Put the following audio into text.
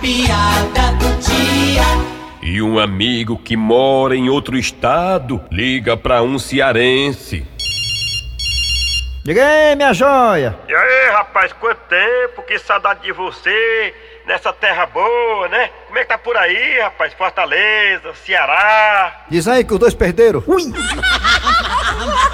piada do dia. E um amigo que mora em outro estado liga pra um cearense. Diga aí, minha joia. E aí, rapaz, quanto tempo, que saudade de você, nessa terra boa, né? Como é que tá por aí, rapaz? Fortaleza, Ceará. Diz aí que os dois perderam. Ui!